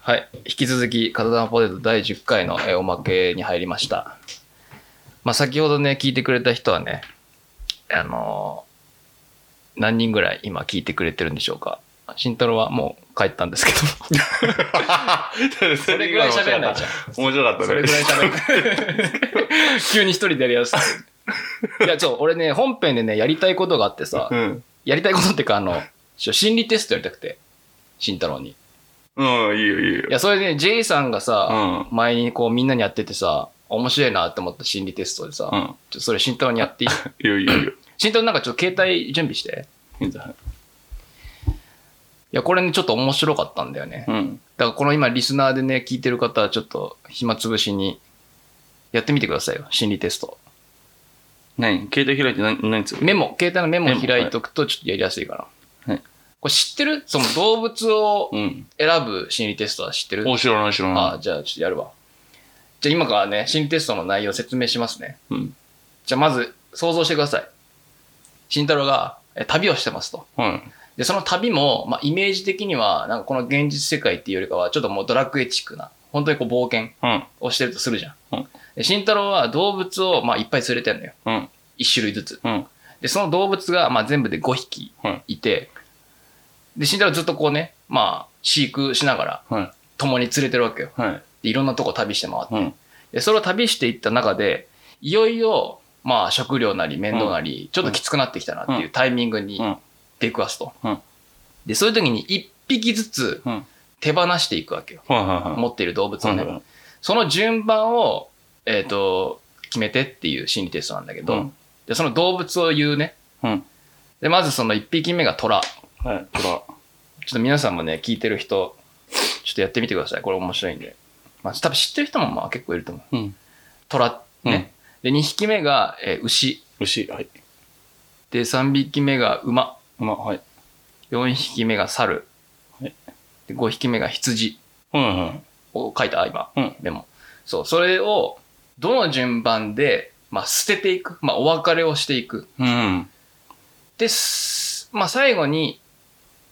はい。引き続き、片玉ポテト第10回のえーおまけに入りました。まあ、先ほどね、聞いてくれた人はね、あのー何人ぐらい今聞いてくれてるんでしょうか。慎太郎はもう帰ったんですけど、 そそれぐらい喋んないじゃん。ん。面白かったね。 それぐらい喋んない。 急に一人でやりやすい。いや、ちょ、俺ね、本編でね、やりたいことがあってさ、 うん。やりたいことっていうか、あの、ちょ心理テストやりたくて、慎太郎に。うん、いいよ、いいよい。や、それでね、J さんがさ、うん。前にこうみんなにやっててさ、面白いなって思った心理テストでさ、うちょん。っとそれ慎太郎にやっていい いいよ、いいよいいよ。慎太郎なんかちょっと携帯準備して。いや、これね、ちょっと面白かったんだよね。うん。だからこの今リスナーでね、聞いてる方はちょっと暇つぶしにやってみてくださいよ、心理テスト。何携帯開いて何、何つうメモ、携帯のメモメモ開いとくとちょっとやりやすいかな。はいこれ知ってるその動物をうん。選ぶ心理テストは知ってるお、知らない、知らあなあ、じゃあちょっとやるわ。じゃあ今からね、心理テストの内容を説明しますね。い。うん。じゃあまず想像してください。慎太郎がえ旅をしてますと。はい。で、その旅も、まあ、イメージ的には、なんかこの現実世界っていうよりかは、ちょっともうドラクエチックな、本当にこう冒険うん。をしてるとするじゃうんん。で慎太郎は動物を、まあ、いっぱい連れてんのよ。うん。一種類ずつ。うん。で、その動物が、まあ、全部で5匹はい。いて、で、慎太郎ずっとこうね、まあ、飼育しながら、はい。共に連れてるわけよ。はい。で、いろんなとこ旅して回って。うん。でそれを旅していった中でいよいよまあ食料なり面倒なり、ちょっときつくなってきたなっていうタイミングにうん。出くわすと、うんでそういう時に1匹ずつうん。手放していくわけよはいはいはい。持っている動物をね、うんその順番を、えー、と決めてっていう心理テストなんだけど、うんでその動物を言うねうん。でまずその1匹目が虎ちょはい。トラ。っと皆さんもね聞いてる人ちょっとやってみてくださいこれ面白いんで、まあ、多分知ってる人もまあ結構いると思ううん。虎ね、で2匹目が、えー牛牛。はい。で3匹目が馬馬。はい。 4匹目が猿、はいで5匹目が羊うん。はい。を書いた今うん。メモそうそれをどの順番で、まあ、捨てていく、まあ、お別れをしていくうん。です、まあ、最後に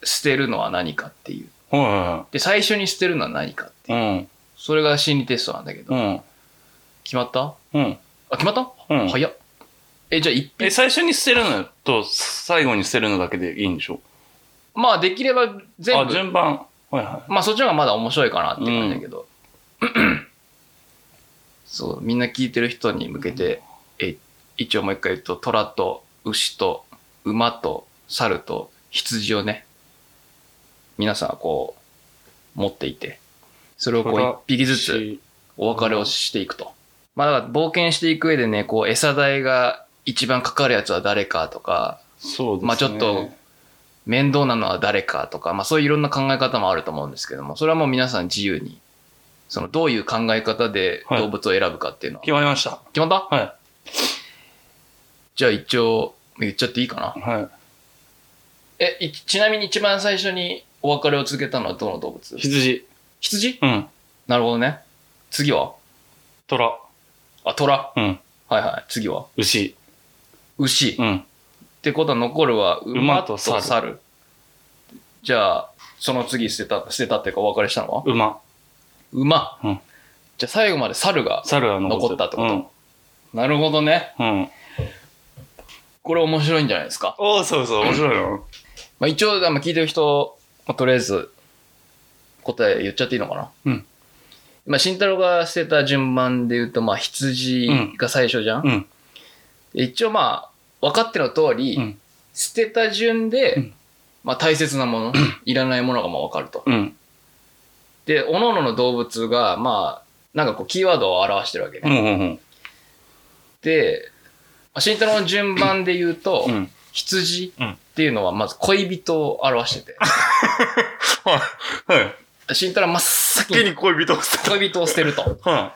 捨てるのは何かっていうはいはで最初に捨てるのは何かっていいうはい。それが心理テストなんだけど、うん。うん。決まったうん。あ決まった、うん。早っえじゃあ一え、匹最初に捨てるのと最後に捨てるのだけでいいんでしょまあできれば全あ、部順番。はいはまあそっちの方がまだ面白いかなって感じだけど、 そうみんな聞いてる人に向けてえ一応もう一回言うと虎と牛と馬と猿と羊をね皆さんはこう持っていてそれをこう虎一匹い。ずつ。お別れをしていくと。まあだから冒険していく上でねこう餌代が一番かかるやつは誰かとかそうですね。まあちょっと面倒なのは誰かとか、まあ、そういういろんな考え方もあると思うんですけどもそれはもう皆さん自由にそのどういう考え方ではい動物を選ぶかっていうのは、決まりました。決まったは。じゃあ一応言っちゃっていいかないはえいちなみに一番最初にお別れを続けたのはどの動物い。羊。羊うん。なるほどね次は虎。あ虎うん。はいはい次は牛。牛、うっん。てことは残るは馬馬とと猿猿じゃあその次捨てた捨てたっていうかお別れしたのは馬。馬、うんじゃあ最後まで猿が猿は残残ったってことなるほどね。とうん。うん。これ面白いんじゃないですか。おーそうそう、面白いの。まあ、一応、あの聞いてる人、まあとりあえず答え言っちゃっていいのかな。うん。まあ、慎太郎が捨てた順番で言うと、まあ、羊が最初じゃん。うん。で一応、まあ、分かっての通り、うん捨てた順で、うんまあ、大切なもの、いらないものがまあ分かると。うん。で、各々の動物が、まあ、なんかこう、キーワードを表してるわけうね。ん。うん。で、まあ慎太郎の順番で言うと、うん。羊っていうのはまず恋人を表して て、はい。はい。慎太郎は真っ先家にに恋人を捨て恋人を捨てると、た。は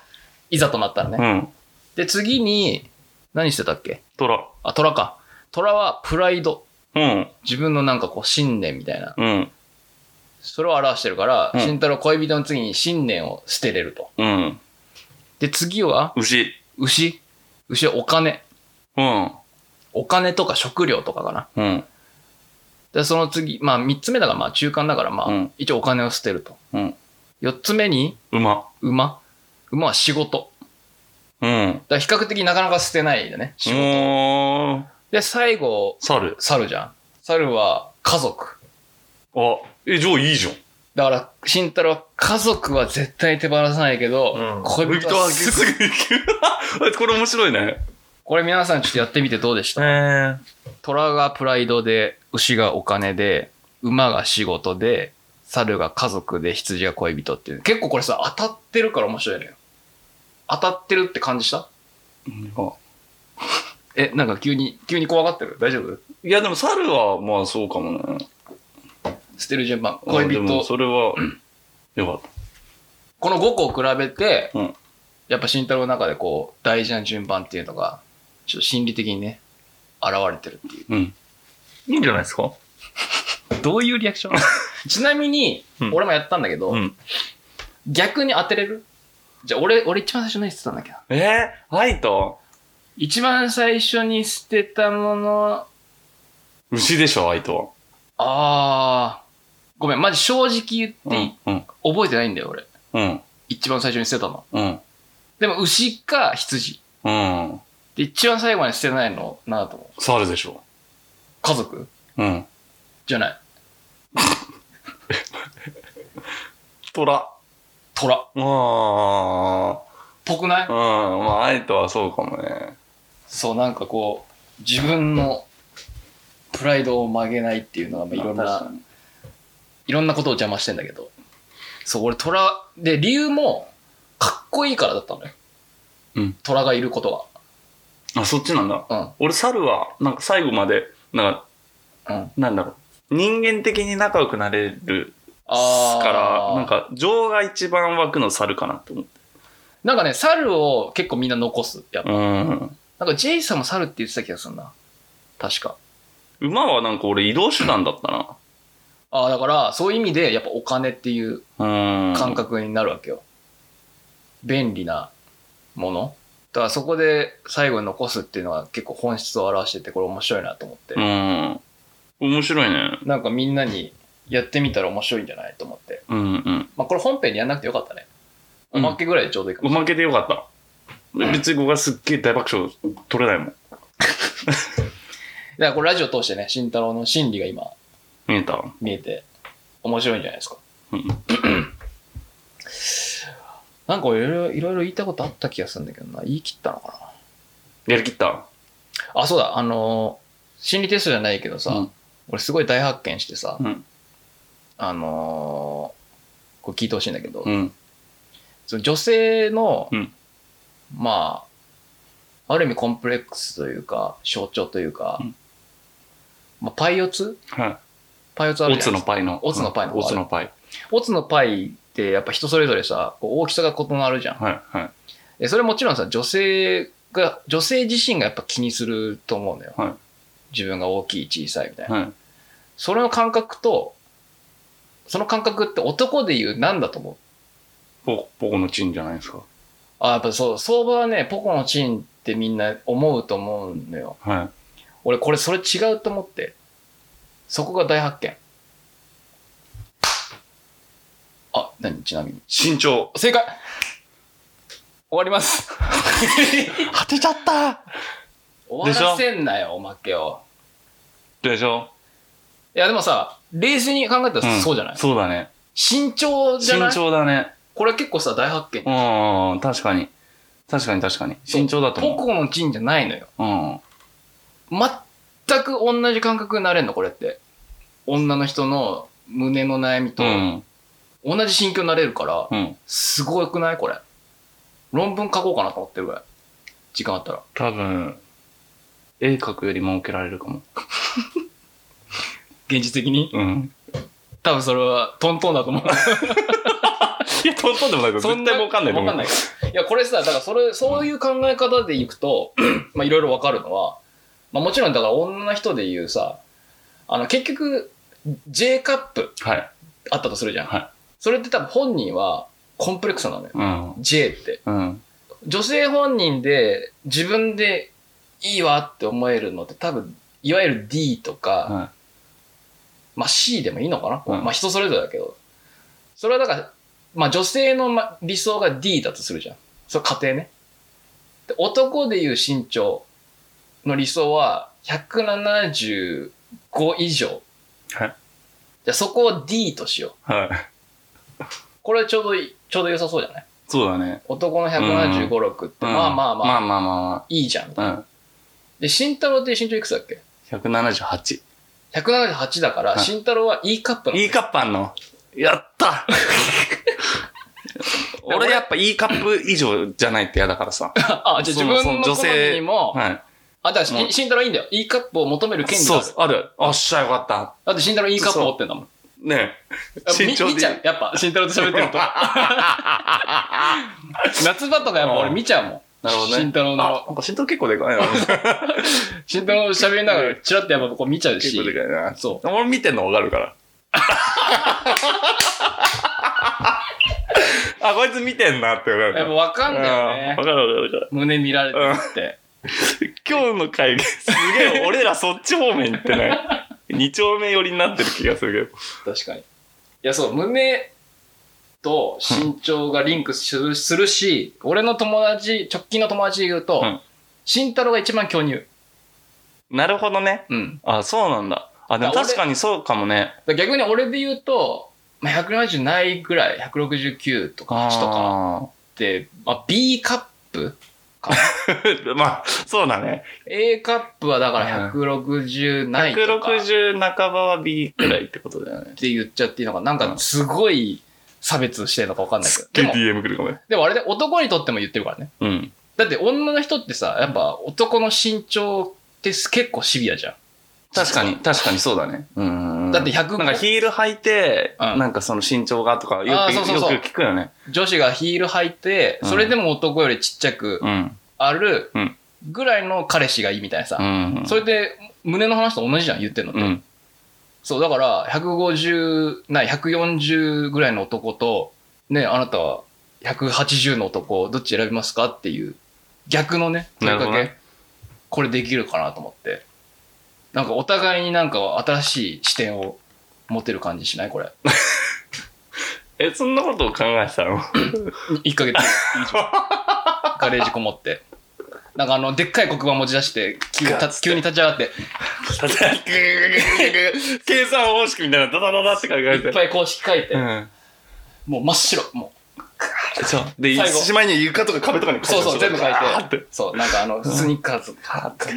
いざとなったらい。ね。うん。で、次に、何してたっけ虎。あ、虎か。虎はプライド。うん。自分のなんかこう信念みたいな。うん。それを表してるから、うん慎太郎は恋人の次に信念を捨てれると。うん。で、次は、牛。牛。牛はお金。うん。お金とか食料とかかな。うん。で、その次、まあ3つ目だからまあ中間だからまあ、うん一応お金を捨てると。うん。 4つ目に馬。馬馬は仕事うん。だから比較的なかなか捨てないよね仕事、おー、で最後猿。猿じゃん猿は家族あ、え、じゃあいいじゃん。だから慎太郎は家族は絶対手放さないけど、恋人はすすぐぐ行く。こ れ面白いね。これ皆さんちょっとやってみてどうでしえたー、虎がプライドで牛がお金で馬が仕事で猿が家族で羊が恋人っていう結構これさ当たってるから面白いのよ当たってるって感じしたえなんか急に急に怖がってる大丈夫いや、でも猿は、まあそうかもね。捨てる順番あで恋も人それは、よかっこの5個を比べて、うんやっぱ慎太郎の中でこう大事な順番っていうのがちょっと心理的にね現れてるっていうた。うん。いいんじゃないですかどういうリアクション ちなみに、うん俺もやったんだけど、うん。逆に当てれるじゃあ俺俺一番最初何捨てたんだっけなえー、ライト一番最初に捨てたもの牛でしょ、ライトあーごめんマジ正直言って、は。うん。うん。覚えてないんだよ俺うん。一番最初に捨てたのうん。でも牛か羊うん。で一番最後に捨てないのなんだと思う猿でしょ。家族うん。じゃない虎。あ虎あ。ぽくないうん。まあ、ライトはそうかもね。そうなんかこう自分のプライドを曲げないっていうのがまあいろん確かなに。いろんなことを邪魔してんだけどそう俺虎で理由もかっこいいからだったのよ、うん、虎がいることあ、そっちなんだ。は俺、猿は、なんか最後まで、なんか、うんうんなんだろう。人間的に仲良くなれるあーから、なんか、情が一番湧くの猿かなと思って。なんかね猿を結構みんな残すやっぱうん。なんかジェイさんも猿って言ってた気がするな確か馬はなんか俺移動手段だったな。ああだからそういう意味でやっぱお金っていううん。感。覚になるわけよ、便利なものだからそこで最後に残すっていうのは結構本質を表しててこれ面白いなと思って、うん。面白いね。なんかみんなにやってみたら面白いんじゃないと思ってうんうん。まあこれ本編にやんなくてよかったねうおんまけぐらいでちょうどいいかも、おまけでよかった。別に僕はすっげえ大爆笑取れないもん。だからこれラジオ通してね慎太郎の心理が今見えた見えて面白いんじゃないですかうん。 なんかいろいろいろいろ言いたいことあった気がするんだけどな言い切ったのかやりきったなあそうだあのー心理テストじゃないけどさ、うん俺すごい大発見してさ、うんあのーこれ聞いてほしいんだけど、うん。その女性の、うんまあある意味コンプレックスというか象徴というか、うんまあ、パイオツはパイオツあい。るオじゃツないのですかパイの。オツのパイのオツのパイ。オツのパイってやっぱ人それぞれさこう大きさが異なるじゃんはいはい。でそれもちろんさ女性が女性自身がやっぱ気にすると思うのよ、はい自分が大きい小さいみたいな、はい。それの感覚とその感覚って男で言う何だと思うポコポコのチンじゃないですか。あやっぱそう相場はねポコのチンってみんな思うと思うのよはい。俺これそれ違うと思ってそこが大発見あ何ちなみに身長。正解終わり ます当てちゃった終わらせんなよおまけをでしょいやでもさ冷静に考えたらそうじゃない、そうだね。身長じゃな身い長だね。これ結構さ大発見うんうん、確かに。確かに確かに。そう身長だとポ思う。コのチンじゃないのようん。全く同じ感覚になれんのこれって女の人の胸の悩みとうん。同じ心境になれるから、うん。すごくないこれ論文書こうかなと思ってるぐらい時間あったら多分、絵描くよりも受けられるかも。現実的にうん。多分それはトントンだと思ういや、とんとんでもないけど、そ 絶ん対儲かんないとわ思かんなういからいや、これさ、だからそれ、そういう考え方でいくと、まあいろいろわかるのは、まあもちろんだから女の人で言うさ、あの結局、J カップはい。あったとするじゃん。はいそれって多分本人はコンプレックスなのよ。うん。 J って。うん。女性本人で自分でいいわって思えるのって多分、いわゆる D とか、はまあ C でもいいのかな、うんまあ人それぞれだけど。それはだから、まあ女性のま理想が D だとするじゃん。それ家庭ね。で男でいう身長の理想は175以上。はい。じゃあそこを D としよう。はい。これちょうどいい、ちょうど良さそうじゃないそうだね。男の175、6って、うんまあまあまあ、まあまあまいいじゃん。あまあ。で、慎太郎って身長いくつだっけうん。178。 178だから、はい慎太郎は E カップなの。 E カップあんのやった 俺やっぱ E カップ以上じゃないって嫌だからさ。あ、じゃあ自分そのの女好み性にも、はい。あ、だかもらう慎太郎いいんだよ。E カップを求める権利がそあうでるす。ある。あっしゃ、よかった。だって慎太郎いいカップ持ってんだもん。ねえ。あみ慎重で見ちゃう。やっぱ慎太郎と喋ってると。 夏場とかやっぱ俺見ちゃうもん。なるほどね。慎太郎あの、なんか慎太郎結構でかいな。慎太郎の喋りながらチラッとやっぱこう見ちゃう結し構。でかいな。そう。俺見てんのわかる から。あ、こいつ見てんなってわかるやっぱわかんだようんねわ。かるわかるわかる。胸見られてるって。今日の会議、すげえ俺らそっち方面行ってない。二丁目寄りになってる気がする確かに。いや、そう、胸と身長がリンクするするし、俺の友達、直近の友達で言うとうん、慎太郎が一番巨乳。けど。なるほどね。うん。あ、そうなんだ。あ、でもだ俺確かにそうかもね。だから逆に俺で言うと、まあ、170ないぐらい、169とか8とかって、まあ、B カップあー まあ、そうだね。 A カップはだから160ないとかっ160半ばは B くらいってことだよね。て言っちゃっていいのかなんかすごい差別してるのか分かんないすっけげどえでも DM 来るかもね。でもあれで男にとっても言ってるからねうん。だって女の人ってさやっぱ男の身長って結構シビアじゃん確かに、確かにそうだね。うんだって100なんかヒール履いて、うんなんかその身長がとかよくあーそうそうそうよく聞くよね。女子がヒール履いてうんそれでも男よりちっちゃくうん。あるうんぐらいの彼氏がいいみたいなさ、うん。それで胸の話と同じじゃん言ってんのって、うん。そう、だから、150ない、140ぐらいの男と、ね、あなたは180の男、どっち選びますかっていう、逆のね、問いなるかほけ、どねこれできるかなと思って。なんかお互いになんか新しい視点を持てる感じしないこれ。え、そんなことを考えてたの1ヶ月 以上。ガレージこもって。なんかあの、でっかい黒板持ち出して、急にガッたつって急に立ち上 がって、 計算方式みたいなダダダダって考えいてっ。ぱい公式書いて、うん。もう真っ白。もうそう。で、最後しまいには床とか壁とかにそうそう、全部書い。ガーってそう、なんかあの、スニッカーズ、ガーって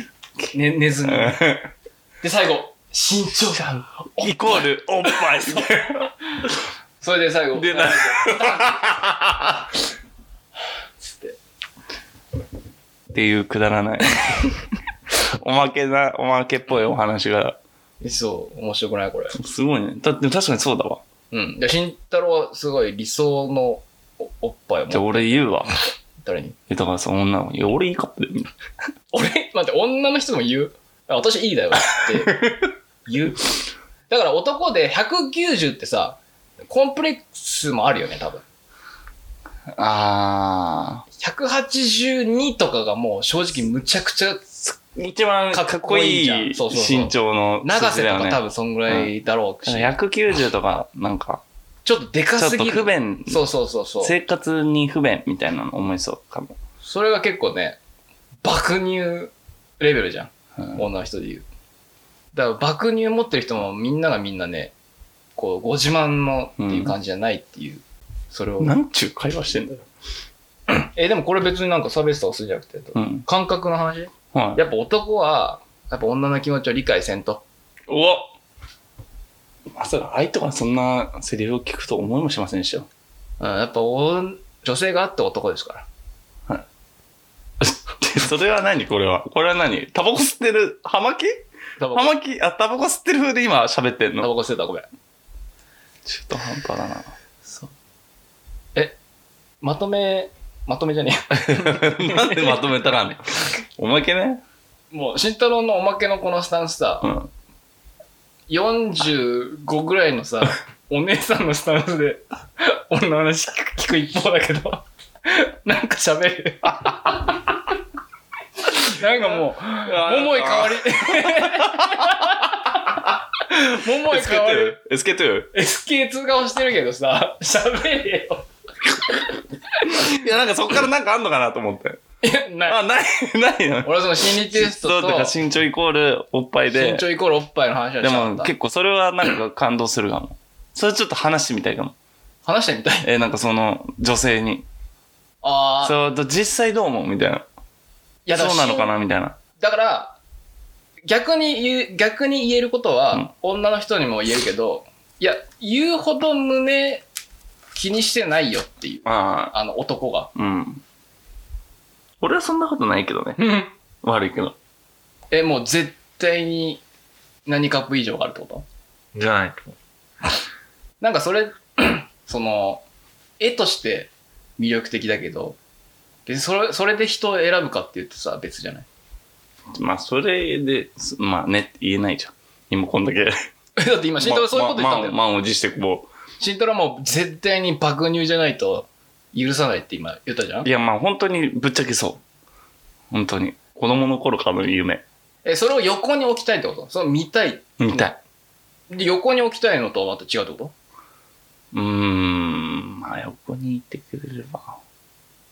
ね、寝ずに。て。で、最後、身長感。うんイコール、 おっぱい。それで最後、でなダンつって。っていうくだら ない。おまけな、おまけっぽいお話が。そう、面白くないこれ。すごいね。だって確かにそうだわ。うん。で、慎太郎はすごい理想のおおっぱいをじゃあ持っ俺言うわ。たらに。え、だからその女の子、いや、俺いいカップで。俺、待って、女の人も言う。あ私いいだよって 言う。だから男で190ってさ、コンプレックスもあるよね、多分。あ182とかがもう正直むちゃくちゃあ。一番かっこいかいっこいいじゃんそうそうそう身長の長瀬とか多分。分そんぐらいだろうし、 190とか、なんか、ちょっとでかちょっすとぎ不る。便、そうそうそうそう。生活に不便みたいなの思いそうかも。それが結構ね、爆乳レベルじゃん。うん女の人で言う。だから爆乳持ってる人もみんながみんなね、こう、ご自慢のっていう感じじゃないっていう。それを。なんちゅう会話してんだよ。え、でもこれ別になんか差別とかするんじゃなくて、うん。感覚の話はい。やっぱ男は、やっぱ女の気持ちを理解せんと。うわまさか愛とかそんなセリフを聞くと思いもしませんでしたよ。うん、やっぱお女性があって男ですから。でそれは何これは。これは何タバコ吸ってる、葉巻タバ葉コ、巻、あ、タバコ吸ってる風で今喋ってんタバ。のコ吸ってたごめん。中途半端だな。そう。え、まとめ、まとめじゃねなん でまとめたらあんのおまけね。え。 もう、慎太郎のおまけのこのスタンスさ、うん。 45ぐらいの さ、お姉さんのスタンスで、俺の話聞く聞く一方だけど、 なんか喋る。 なんかもう、桃井かわ り。桃井かわり。 SK2?SK2? SK2 顔してるけどさ、喋れよ。いや、なんかそっからなんかあんのかなと思って。ない あ、ない、ないの。俺はその心理テストそうととか身長イコールおっぱいで身。長イコールおっぱいの話はしでちゃっもた。結構それはなんか感動するかも。それちょっと話してみたいかも。話してみたい。えーなんかその女性に。ああ。そう、と実際どう思うみたいな。いやだそうなのかななみたいな。だから、逆に言う、逆に言えることは、女の人にも言えるけど、いや、言うほど胸気にしてないよっていう、ああの男が。あ、うん。俺はそんなことないけどね。悪いけど。 え、もう絶対に何カップ以上があるってことじゃないと。なんかそれ、 その、絵として魅力的だけど、別にそれ、それで人を選ぶかって言うとさ、別じゃない。まあ、それで、すまあね、言えないじゃん。今こんだけ。 だって今、慎太郎そういうこと言ったんだよ。まあ、まあ、まあ、おじしてこ慎太郎もう絶対に爆乳じゃないと許さないって今言ったじゃんう。いや、まあ、本当にぶっちゃけそう。本当に。子供の頃からの夢。え、それを横に置きたいってことその見たい。みたい。で、横に置きたいのとはまた違うってことうーん。まあ、横にいてくれれば。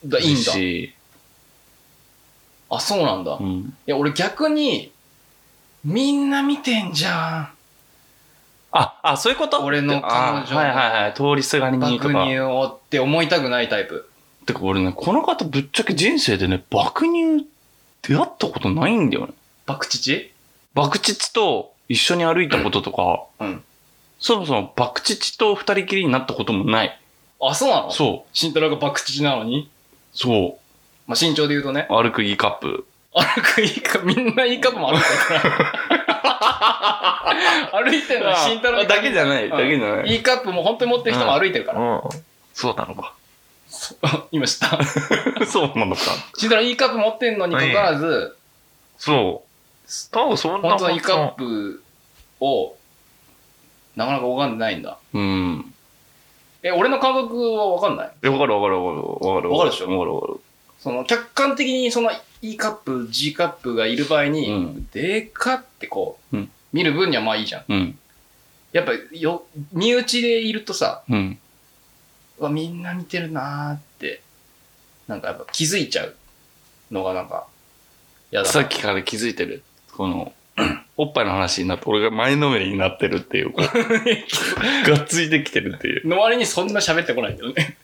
だいいんだ。し。あ、そうなんだ。ういん。や、俺逆に、みんな見てんじゃあ、あ、そういうこと俺の彼女あはいはいはい。通りすがりん。にと爆か。乳をって思いたくないタイプ。てか俺ね、この方ぶっちゃけ人生でね、爆乳出会ったことないんだよね。爆乳爆乳と一緒に歩いたこととか、うん。そもそも爆乳と二人きりになったこともない。あ、そうなのそう。慎太郎が爆乳なのにそう。まあ、身長で言うとね。歩くいいカップ。歩くいいか、みんないいかも歩いて るから。歩いてるのは慎太郎あだけじゃない、うんだけじゃない。いいカップも本当に持ってる人も歩いてるから。うん。そうなのか。 今知った。 そうなのか。慎太郎いいカップ持ってんのにかかわらず、そう。多分そんな本当はいいカップを、なかなかわかんでないんだ。うん。え、俺の感覚はわかんないえわかるわかるわかるわかる。わかるでしょわかるわかその、客観的にその、E カップ、G カップがいる場合に、うんでかってこう、うん見る分にはまあいいじゃん。る。うん。やっぱ、よ、身内でいるとさ、うん。うわみんな見てるなーってなんかやっぱ気づいちゃうのがなんかやださっきから気づいてる。この、おっぱいの話になって、俺が前のめりになってるって いう、こうがっついてきてるっていう。の割にそんな喋ってこないけどね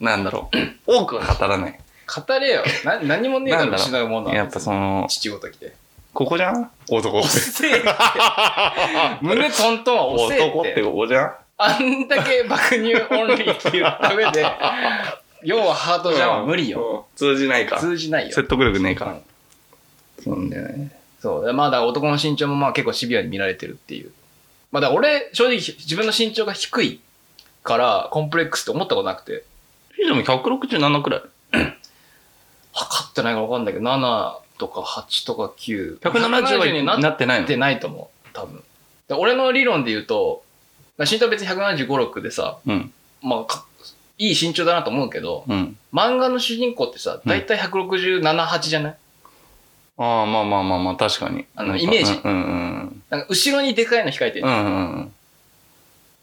なんだろう。多くは語らない。語れよな何もねえだなんろだろう失うものはやっぱその、父ごときてここじゃん男って。せえって 胸トントンは遅え男っっててここじゃんあんだけ爆乳オンリーって言った上 で要はハートじゃんは無理よよ。通じないか。通じないよ説得力ねえうか。んそうなんだよね。そうまあだから男の身長もまあ結構シビアに見られてるっていうまあだから俺正直自分の身長が低いからコンプレックスって思ったことなくてヒロも167くらい。測ってないから分かんないけど、7とか8とか9。 170にはななっってないのてないと思う。多分。で俺の理論で言うと、まあ身長別に175、6でさ、うん。まあか、いい身長だなと思うけど、うん。漫画の主人公ってさ、だいたい167、8じゃないああ、まあまあまあまあ、確かに。あのなんかイメージうんうんなんか後ろにでかいの控えてうん。うる。んうんうん。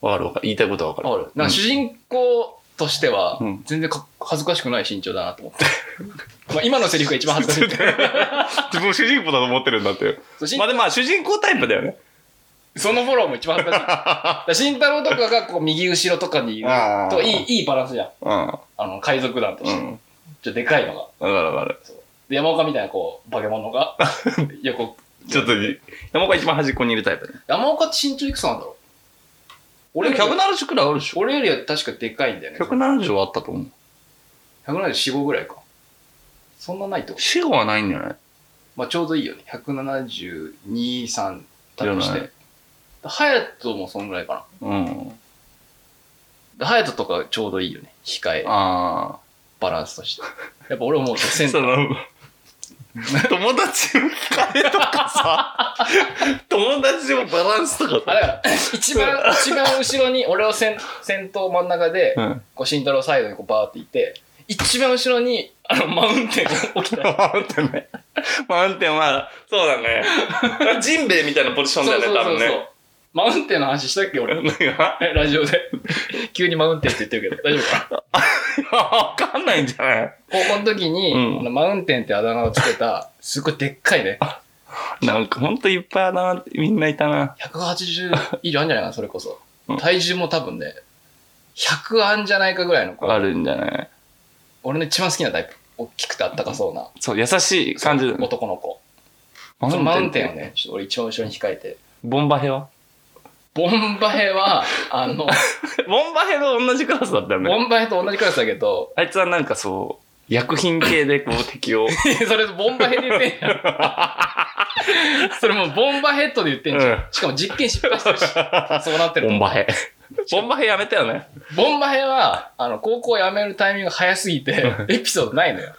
わかるわかる。言いたいことわかる。わかるなんか主人公としてはうん、全然か恥ずかしくない身長だなと思って。 まあ今のセリフが一番恥ずか しい。自分主人公だと思ってるんだって。そうしまあでもまあ主人公タイプだよね。そのフォローも一番恥ずかしい。だ から慎太郎とかがこう右後ろとかにいるあーといいいいバランスじゃん。うん。あの、海賊団とうして。ん。ちょっとでかいのが。わかるわかる。で山岡みたいなこう、化け物 が。横。ちょっと、山岡一番端っこにいるタイプね。山岡って身長いくつなんだろう俺より170くらいあるでしょ俺よりは確かでかいんだよね。 170はあったと思う。 174、5ぐらいか。そんなないってこと死後はないんじゃないまあちょうどいいよね。172、3だとしいらなて。隼人もそんぐらいかうん。な。隼人とかちょうどいいよね。控え、ああ。バランスとして。やっぱ俺もうセンター その、友達の控えとか さ、友達のバランスとあかだから一番一番後ろに俺を先先頭真ん中で、さ。うん。こう慎太郎サイドにこうバーっていて一番後ろにあのマウンテンが起きたマウンテンね。マウンテンは、そうだね。ジンベエみたいなポジションだよね、多分ね。マウンテンの話したっけ俺。何がえラジオで。 急にマウンテンって言ってるけど、大丈夫 かわかんないんじゃない高校の時に、うんあのマウンテンってあだ名をつけた、すごいでっかいね。なんかほんといっぱいあだな、みんないたな。 180以上あるんじゃないかな、それこそうん。体重も多分ね、100あんじゃないかぐらいの子。あるんじゃない俺の一番好きなタイプ。大きくてあったかそうなそう、優しい感じだね。男の子。そのマウンテンをね、ちょっと俺一番後ろに控えて。ボンバヘはボンバヘは、あ の、ボンバヘと同じクラスだったよね。ボンバヘと同じクラスだけど、あいつはなんかそう、薬品系でこう敵 を。 それボンバヘで言ってんじゃん。 それもうボンバヘッドで言ってんじゃん。うんしかも実験失敗 してるし、そうなってるとボン思うバヘ。 ボンバヘやめたよね。ボンバヘは、あの、高校辞めるタイミングが早すぎて、エピソードないのよ。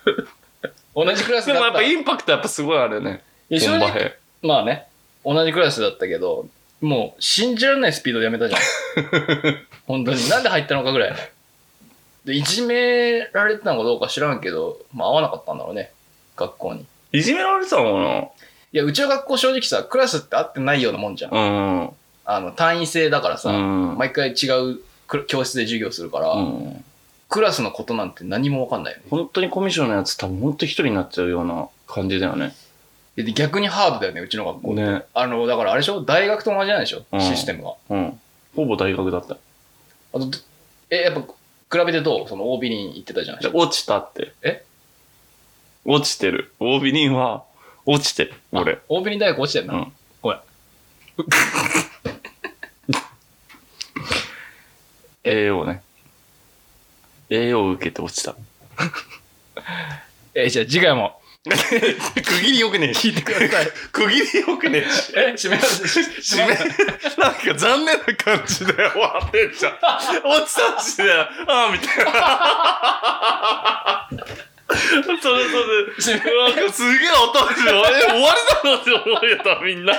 同じクラスでだっもた。やっぱインパクトやっぱすごいあるよね。ボ一緒ンにバヘ。まあね、同じクラスだったけど、もう信じられないスピードで辞めたじゃん。 本当に。なんで入ったのかぐらいの。で、いじめられてたのかどうか知らんけど、まあ合わなかったんだろうね、学校に。いじめられてたもいや、うちの学校正直さ、クラスって合ってないようなもんじゃん。の。うん。あの、単位制だからうさ、ん。毎回違うク教室で授業するから、うんクラスのことなんて何もわかんないよね。本当にコミッションのやつ多分本当一人になっちゃうような感じだよね。で、逆にハードだよね、うちの学校。ね。あの、だからあれでしょ大学と同じなんでしょうんシステムが。うん。ほぼ大学だった。あと、え、やっぱ、比べてどうその OB に行ってたじゃないで落ちたって。え落ちてる。OB 人は落ちてる。俺。あ。オープニング大学落ちてんうな。ん。ごめん。栄養ね。栄養を受けて落ちた。え、じゃあ次回も。 区切りよくねえし。聞いてください。 区切りよくねえし。え、締めます。締締め、 なんか残念な感じで終わってんじゃん。落ちたしで、ああ、みたいな。それそれ、なんかすげえ音がして、あれ終わりだなって思うよ、多分みんな。